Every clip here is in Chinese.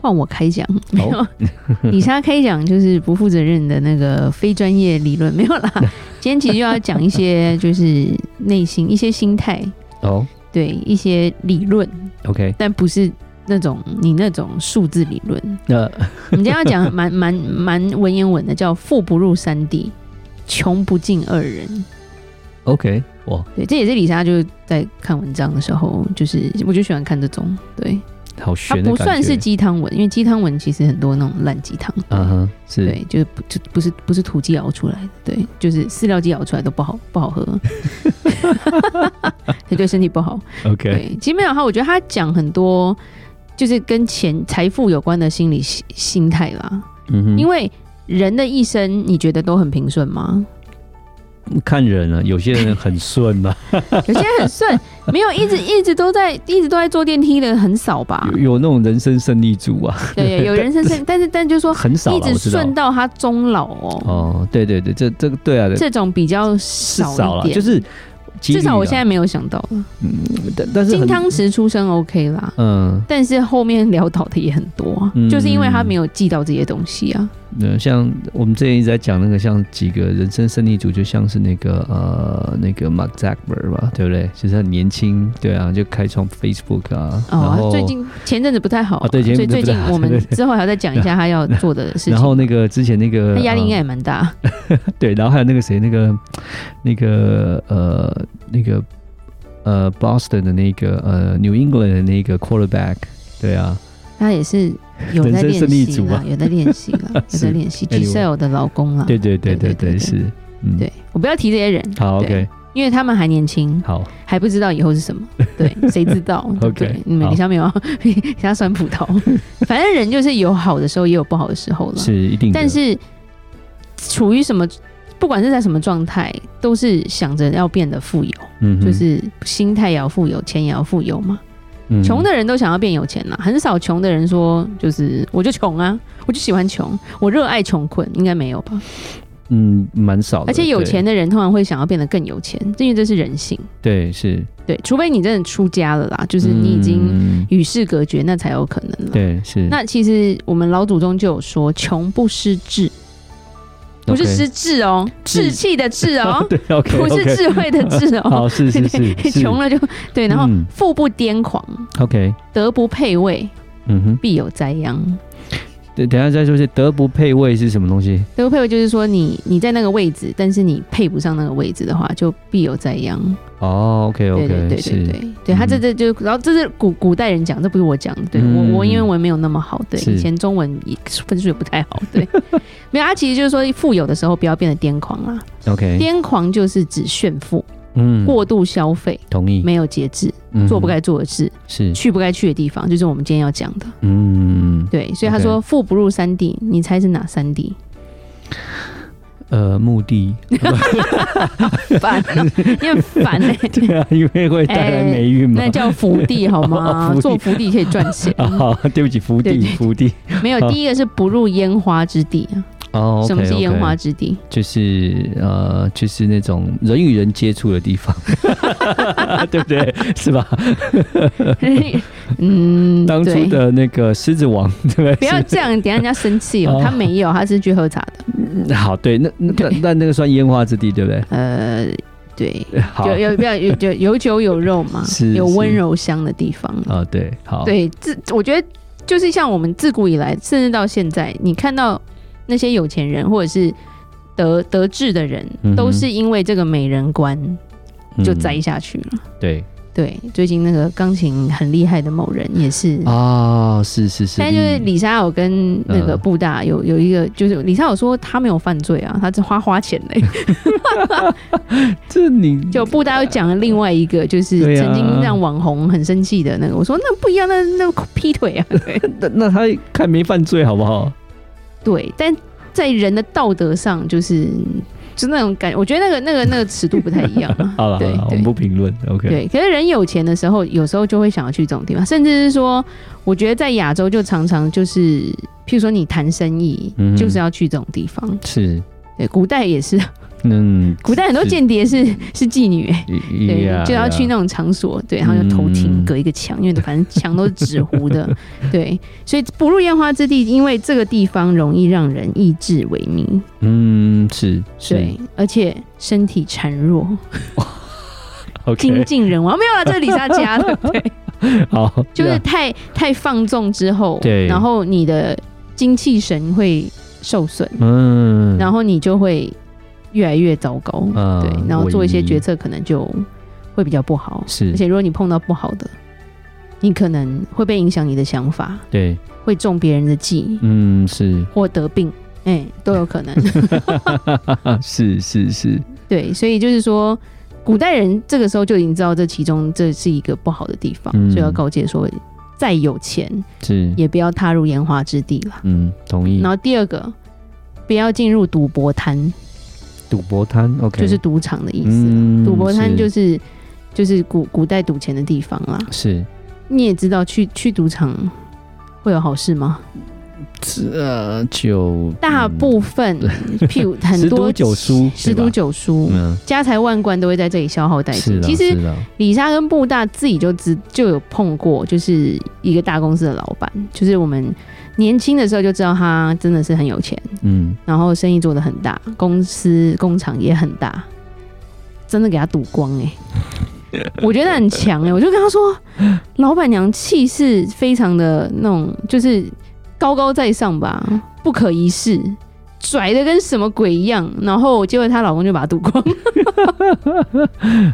换我开讲，哼，没 有、好，李莎开讲就是不负责任的那个非专业理论，没有 啦。今天其实就要讲一些就是内心一些心态，哦对一些理论， ，OK，但不是那种你那种数字理论。那我们今天要讲蛮蛮蛮文言文的，叫“富不入三地，穷不进二人 OK，哇，”。对，这也是李莎就在看文章的时候，就是我就喜欢看这种。对，好它悬的不感觉。算是鸡汤文，因为鸡汤文其实很多那种烂鸡汤。嗯哼，是对，就是不就不是不是土鸡熬出来的，对，就是饲料鸡熬出来都不好不 好喝，也对身体不好。 OK，对，其实没有他，我觉得他讲很多就是跟钱财富有关的心理心心态啦，嗯哼，因为人的一生，你觉得都很平顺吗？看人啊，有些人很顺 嘛，有些人很顺，没有一直一直都在一直都在坐电梯的很少吧？有有那种人生胜利组啊， 对，有人生生，但是但就是说很少哦一了，我知直道。顺到他终老哦，哦，对对对，这这个对啊，这种比较是少了一，点，就是几率至少我啊现在没有想到了。但但是金很汤匙出生 OK 啦，嗯但是后面潦倒的也很多啊、嗯就是因为他没有记到这些东西啊。呃，像我们之前一直在讲那个，像几个人生胜利组，就像是那个呃那个 Mark Zuckerberg 吧，对不对？就是很年轻，对啊，就开创 Facebook 啊，然哦，后啊最近前阵子不太好、啊对前所以阵子最不近太好我们 对对之后还要再讲一下他要做的事 情。然后那个之前那个他压力应该呃也蛮大，对，然后还有那个谁，那个那个呃那个呃 Boston 的那个呃 New England 的那个 quarterback，对啊，他也是有在人生胜利练习组啦啊，有在练习啦，有 在是练习。 anyway Giselle 的老公啦，对对对啊对对对对对，是，嗯，对，我不要提这些人，好对，OK，因为他们还年轻，好，还不知道以后是 什么，对，谁知道对不对 OK，你们好你下面有 给他酸葡 萄，反正人就是有好的时候，也有不好的时候了。是一定的，但是处于什么，不管是在什么状态，都是想着要变得富有，嗯哼就是心态也要富有，钱也要富有嘛。嗯穷的人都想要变有钱啦，很少穷的人说就是我就穷啊，我就喜欢穷，我热爱穷困，应该没有吧？嗯蛮少的，而且有对钱的人通常会想要变得更有钱，因为这是人性。对是，对，除非你真的出家了啦，就是你已经嗯与世隔绝，那才有可能啦。对是，那其实我们老祖宗就有说，穷不失志，不是 OK 失智哦，志志气的志哦， 对，OK，不是智慧的智哦，好，。是是是 穷了了就对，然后嗯富不癫狂， ，OK，德不配位，嗯哼，必有灾殃。等等一下再说一下，德不配位是什么东西？德不配位就是说你你在那个位置，但是你配不上那个位置的话，就必有灾殃。哦，OK 对 OK，对对对是，对，对他这这就然后这是古古代人讲，这不是我讲的，对嗯我我因为文没有那么好，对是以前中文也分数也不太好，对， 没有他其实就是说富有的时候不要变得癫狂啦， OK，癫狂就是指炫富、嗯，过度消费、同意，没有节制、嗯做不该做的事、是，去不该去的地方，就是我们今天要讲的。嗯，对，所以他说“富不入三地”，你猜是哪三地？ 呃，目的，烦哦，你很烦 哎、对啊， 因为会带来霉运嘛那。叫福地好哦吗？ 福地做福地可以赚钱。 啊，好，对不起，福对地对，对福地。没有，好第一个是不入烟花之地啊。哦，什么是 OK，OK 烟花？之 地？就是呃，就是那种人与人接触的地 方， 对不对？是吧？嗯，当初对，的那个狮子王，对不对？不要这样，等一下人家生气哦哦。他没有，他是去喝茶的。是好，对，那那那对那那个算烟花之地，对不对？呃，对，好有有不要有有有酒有肉嘛，是有是温柔乡的地方。啊，对，好，对，自我觉得就是像我们自古以来，甚至到现在，你看到那些有钱人或者是得得志的人嗯，哼都是因为这个美人关嗯，就栽下去了。对对，最近那个钢琴很厉害的某人也是。啊，是是是，但就是李莎有跟那个嗯布大有有一个，就是李莎有说他没有犯罪啊，他是花花钱嘞。这你 就布大又讲了另外一个，就是对啊曾经让网红很生气的那个，我说那不一样，那那劈腿啊。 对那那他看没犯罪好不好？。对，但在人的道德上，就是就那种感，我觉得那个那个那个尺度不太一样啊 好了，好对了，我对们不评论，OK。对，可是人有钱的时候，有时候就会想要去这种地方，甚至是说，我觉得在亚洲就常常就是，譬如说你谈生意，嗯哼就是要去这种地方。是，对，古代也是，嗯，古代很多是间谍是 是妓女、欸对呀就要去呀那种场所，对，然后就头嗯停隔一个墙，因为反正墙都是纸糊的，对，所以不入烟花之地，因为这个地方容易让人意志萎靡，嗯，是是对，而且身体孱弱，精，OK，尽人亡，没有了，这是李莎家的， 对，好，就是呀太太放纵之后，啊对然后你的精气神会受损，嗯，然后你就会越来越糟糕，嗯对，然后做一些决萎靡策可能就会比较不好，是而且如果你碰到不好的，你可能会被影响你的想法，对，会中别人的计嗯，是或得病，哎、都有可能。 啊是是是，对，所以就是说，古代人这个时候就已经知道这其中这是一个不好的地方，嗯所以要告诫说，再有钱是，也不要踏入烟花之地了。嗯，同意然。后第二个，不要进入赌博摊，赌博摊，OK，就是赌场的意思。啊嗯，赌、博摊就是是就是古古代赌钱的地方啦。是你也知道去去赌场会有好事吗？这呃就大嗯部分，譬如很十多赌九输，十对吧赌九输，嗯，家财万贯都会在这里消耗殆是尽。的，其实是的，李莎跟布大自己就知就有碰过，就是一个大公司的老板，就是我们年轻的时候就知道他真的是很有钱，嗯，然后生意做得很大，公司工厂也很大，真的给他赌光哎、我觉得很强哎、我就跟他说，老板娘气势非常的那种，就是高高在上吧，不可一世，拽的跟什么鬼一样。然后结果她老公就把她赌光，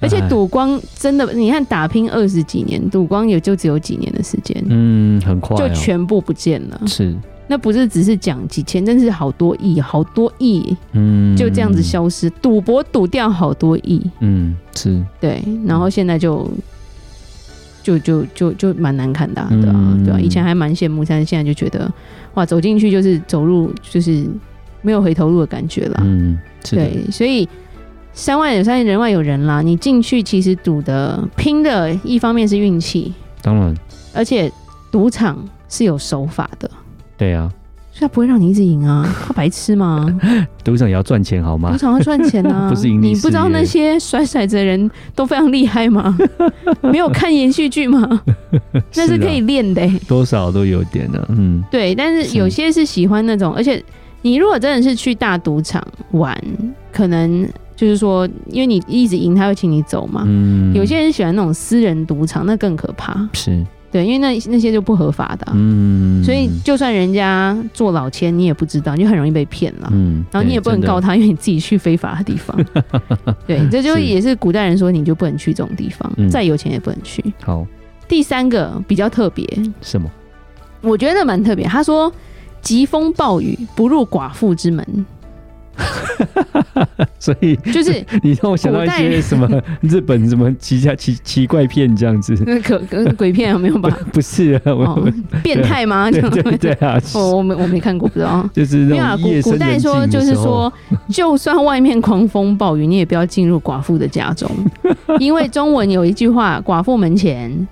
而且赌光真的，你看打拼二十几年，赌光也就只有几年的时间，嗯，很快就哦，全部不见了。是，那不是只是讲几千，真是好多亿，好多亿嗯，就这样子，消失。赌博赌掉好多亿，嗯，是，对，然后现在就就就就就蛮难看的啊、对啊嗯，对啊，以前还蛮羡慕，但是现在就觉得哇，走进去就是走入就是没有回头路的感觉啦。嗯，是的，对，所以山外有山，人外有人啦。你进去其实赌的拼的一方面是运气，当然，而且赌场是有手法的，对啊，所以他不会让你一直赢啊，他白 痴吗？赌场也要赚钱好吗赌？场要赚钱啊， 不是盈利你不知道事业那些甩骰子的人都非常厉害 吗？没有看延续剧吗？那是的可以练的欸、啊多少都有点的、嗯，对，但是是有些是喜欢那种，而且你如果真的是去大赌场玩，可能就是说，因为你一直赢，他会请你走嘛。嗯，啊有些人喜欢那种私人赌场，那更可怕。是，对，因为那那些就不合法的啊、嗯，所以就算人家做老千，你也不知道，你就很容易被骗了。嗯，啊然后你也不能告他，他，因为你自己去非法的 地方。对，这就是也是古代人说你就不能去这种地方，嗯再有钱也不能去。真的好第三个比较特别，什么？ 我觉得蛮特别。他说疾风暴雨不入寡妇之门，所以就是 你让我想到一古代些人什么日本什么奇家奇奇怪片这样子，那可可鬼片有没有吧？ 不是啊， 我、哦，变态吗？哦对 对对啊，我我没我没看过，不 知道。就是没有啊，那种古夜深古代人说静就的是时候，说，就算外面狂风暴雨，你也不要进入寡妇的家 中，因为中文有一句话：“寡妇门前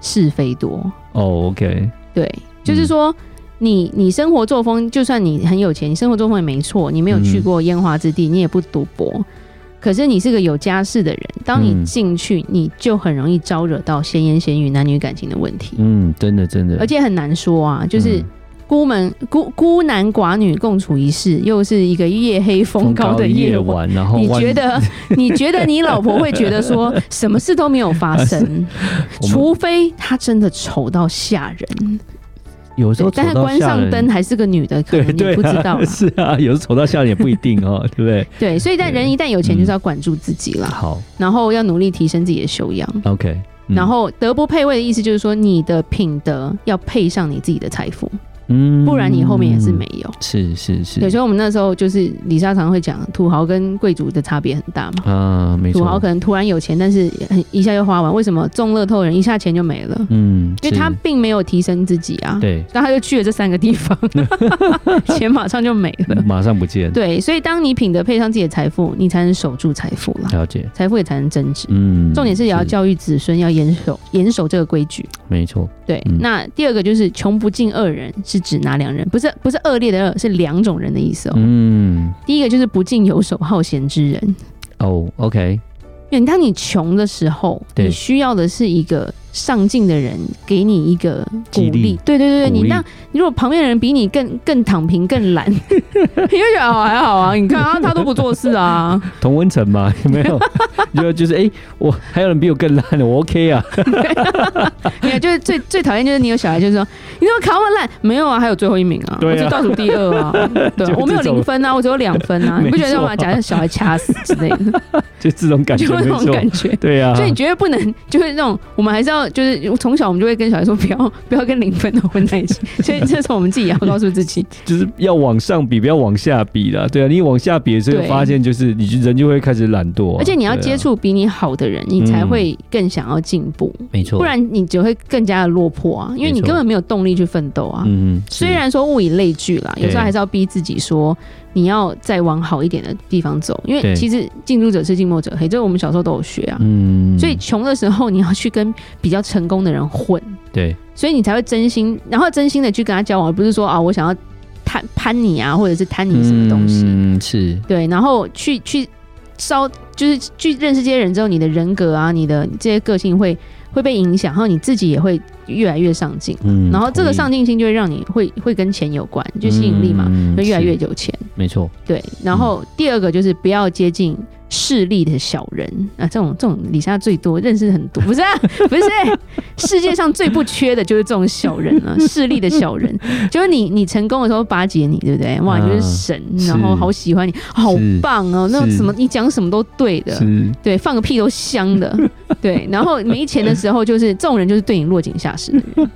是非多。”哦，OK，对，嗯就是说你你生活作风，就算你很有钱，你生活作风也没错，你没有嗯去过烟花之地，你也不赌博，可是你是个有家室的人，当你嗯进去，你就很容易招惹到闲言闲语、男女感情的问题，嗯，真的真的，而且很难说啊，就是。嗯孤门孤孤男寡女共处一室，又是一个夜黑风高的夜夜晚。晚，然后你外觉面得你觉得你老婆会觉得说什么事都没有发生， 我们除非她真的丑到吓人。有时对候但丑是到关吓上人灯。还是个女的，可对能你对、啊，不知道啦。 是啊，有时候丑到吓人也不一定 哦，对不对？对，所以但对人一旦有钱，嗯就是要管住自己啦，好然后要努力提升自己的修养。 ，OK，嗯、然后德不配位的意思就是说，你的品德要配上你自己的财富，嗯不然你后面也是没有。是是是，对，所以我们那时候就是李莎常会讲，土豪跟贵族的差别很大嘛。啊，没错，土豪可能突然有钱，但是很一下就花完。为什么中乐透的人一下钱就没了？嗯，因为是他并没有提升自己啊。对那他就去了这三个 地方，钱马上就没了。马上不见，对，所以当你品德配上自己的财富，你才能守住财富啦，了解，财富也才能增值。嗯，重点是也要教育子孙要严守严守这个规矩。没错，对，嗯那第二个就是穷不近恶人，是指哪两人？不是不是恶劣的恶，是两种人的意思哦。嗯，第一个就是不近游手好闲之人，哦，OK，因为当你穷的时候，对你需要的是一个上进的人给你一个鼓激励励。对对对对，鼓你励让你如果旁边的人比你更更躺平、更懒， 你会觉得哦还好啊，你看啊他都不做事啊，同温层 嘛，有没有？ 就就是哎，我还有人比我更烂的，我 OK 啊， 没有，就是最最讨厌就是你有小孩，就是说你怎么考那么烂？没有啊，还有最后一名啊，对啊我是倒数第 二啊，对就啊，我没有零分啊，我只有两分啊，你不觉 得没错让我把小孩掐死之 类的，就这种感就觉，那没种错，感觉。对啊，所以你绝对不能，就是那种，我们还是要，就是从小我们就会跟小孩说，不要不要跟零分的混在一起。所以这时候我们自己也要告诉自己，就是要往上比，不要往下比啦。对啊，你往下比的时候，对发现就是你就人就会开始懒惰啊、而且你要对啊嗯接，触比你好的人，你才会更想要进步，没错，不然你只会更加的落魄啊，因为没你错根本没有动力去奋斗啊。嗯，是虽然说物以类聚啦，对有时候还是要逼自己说，你要再往好一点的地方走，因对为其实近朱者赤，近墨者黑，这我们小时候都有学啊。嗯，所以穷的时候，你要去跟比较成功的人混，对所以你才会真心，然后真心的去跟他交往，而不是说啊，我想要贪攀你啊，或者是贪你什么东西，嗯，是对，然后去去稍就是去认识这些人之后，你的人格啊，你的这些个性会会被影响，然后你自己也会越来越上进。嗯，然后这个同意上进心就会让你会会跟钱有关，就吸引力嘛，嗯会越来越是嗯有钱。没错，对，然后第二个就是不要接近势利的小人啊，这种这种李莎最多认识很多，不是、啊、 不是，世界上最不缺的就是这种小人 了、啊，势利的小人，就是你你成功的时候巴结你，对不对？哇，你就是神，啊是然后好喜欢你，好棒哦，那种是什么你讲什么都对啊的，是对，放个屁都香的，对，然后没钱的时候就是这种人就是对你落井下石的人，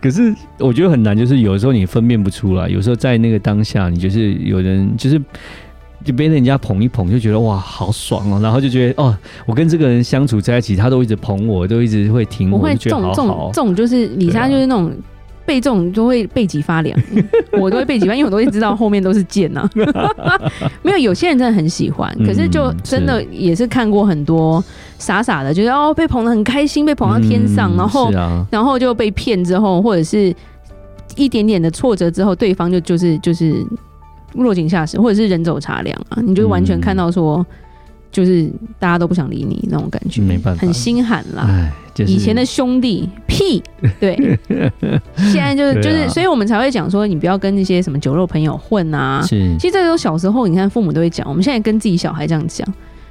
可是我觉得很难，就是有的时候你分辨不出来，有时候在那个当下，你就是有人就是。就被人家捧一捧，就觉得哇好爽哦，然后就觉得哦，我跟这个人相处在一起，他都一直捧我，都一直会挺我我，会就这嗯觉得种好这好种这种就是李对啊莎就是那种。被这种都会背脊发 凉，我都会背脊发，因为我都会知道后面都是剑呐、没有，有些人真的很喜欢，可是就嗯真的也是看过很多傻傻的，觉得哦被捧得很开心，被捧到天上，嗯然后是啊，然后就被骗之后，或者是一点点的挫折之后，对方就就是就是落井下石，或者是人走茶凉啊，你就完全嗯看到说，就是大家都不想理你那种感觉，没办法很心寒啦。哎，就是以前的兄弟屁，对，现在就是、就 对啊是，所以我们才会讲说，你不要跟那些什么酒肉朋友混啊。是其实这都小时候，你看父母都会讲，我们现在跟自己小孩这样讲，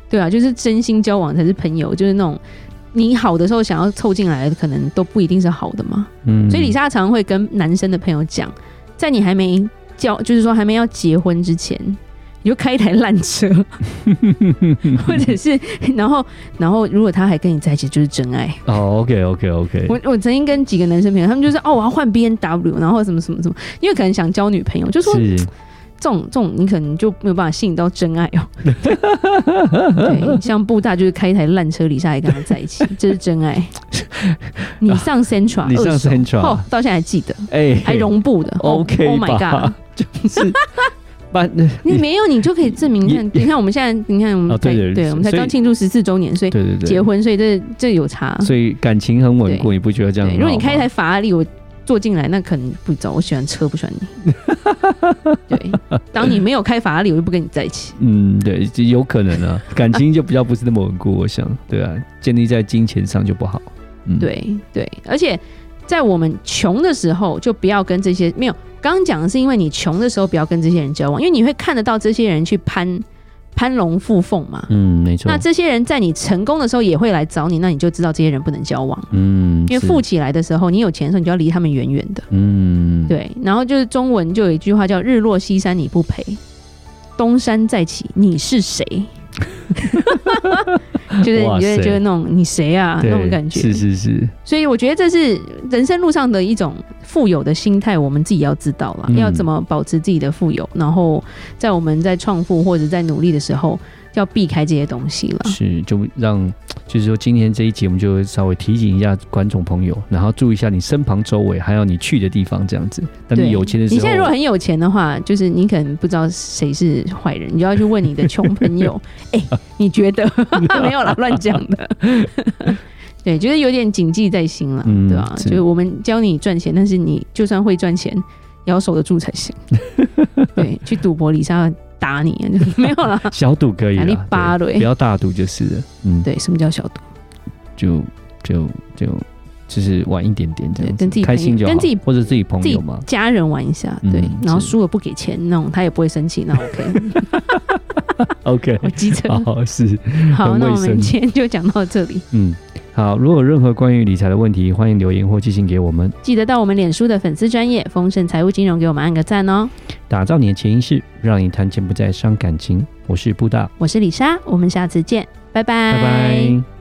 对啊，就是真心交往才是朋友，就是那种你好的时候想要凑进来的，可能都不一定是好的嘛。嗯所以李莎常会跟男生的朋友讲，在你还没交，就是说还没要结婚之前，你就开一台烂车， 或者是然后然后如果他还跟你在一起，就是真爱。哦，OK OK OK，我我曾经跟几个男生朋友，他们就说哦，我要换 B N W，然后什么什么什么，因为可能想交女朋友，就说是这种这种你可能就没有办法吸引到真爱 哦。对，像布大就是开一台烂车，李莎也跟他在一起，这是真 爱。你上 Sentra，你上二手 Sentra 哦，到现在还记得，哎，还绒布的 OK Oh 吧 my god！ 就是把你没有，你就可以证明。你也看，你看我们现在，你看我哦们对才对对，我们才所以刚庆祝十四周年，所 以对对对结婚，所以这这有差。所以感情很稳固，你不觉得这样对，很如好吗？果你开一台法拉利，我坐进来，那可能不走。我喜欢车，不喜欢你。对，当你没有开法拉利，我就不跟你在一起。嗯，对，就有可能 啊，感情就比较不是那么稳固，我想，对啊，建立在金钱上就不好。嗯，，对对，而且在我们穷的时候，就不要跟这些没有。刚刚讲的是，因为你穷的时候不要跟这些人交往，因为你会看得到这些人去攀攀龙附凤嘛。嗯，没错。那这些人在你成功的时候也会来找你，那你就知道这些人不能交往。嗯，因为是富，起来的时候，你有钱的时候，你就要离他们远远的。嗯，，对，啊然后就是中文就有一句话叫“日落西山你不陪，东山再起你是谁”， 就是你哇就塞会觉得那种你谁啊那种感觉。是是是，所以我觉得这是人生路上的一种富有的心态，我们自己要知道啦，嗯要怎么保持自己的富有，然后在我们在创富或者在努力的时候，要避开这些东西了。是，就让就是说，今天这一节我们就稍微提醒一下观众朋友，然后注意一下你身旁周围，还有你去的地方，这样子。当你对有钱的时你候，现在如 果很有钱的话，就是你可能不知道谁是坏人，你就要去问你的穷 朋友。哎、你觉得 没有啦，乱讲的。 对，就是有点谨记在心了，嗯对吧、是就是我们教你赚钱，但是你就算会赚钱，也要守得住 才行。对，去赌博，李莎打你，就是 没有啦。小赌可以哪里啦，扒对嘞不要大赌就是了。嗯，对，什么叫小赌？就就就就是玩一点点这样对跟自子，己开心朋友就好，跟自己或者自己朋自己友嘛。家人玩一下，嗯对，然后是输了不给钱那种，他也不会生气，那 OK， OK，我记着。好是 好，很那卫我们生今天就讲到这里。嗯。好，如果有任何关于理财的问题，欢迎留言或寄信给我们。记得到我们脸书的粉丝专业丰盛财务金融给我们按个赞哦。打造你的潜意识，让你谈钱不再伤感情。我是布大，我是李莎，我们下次见，拜拜，拜拜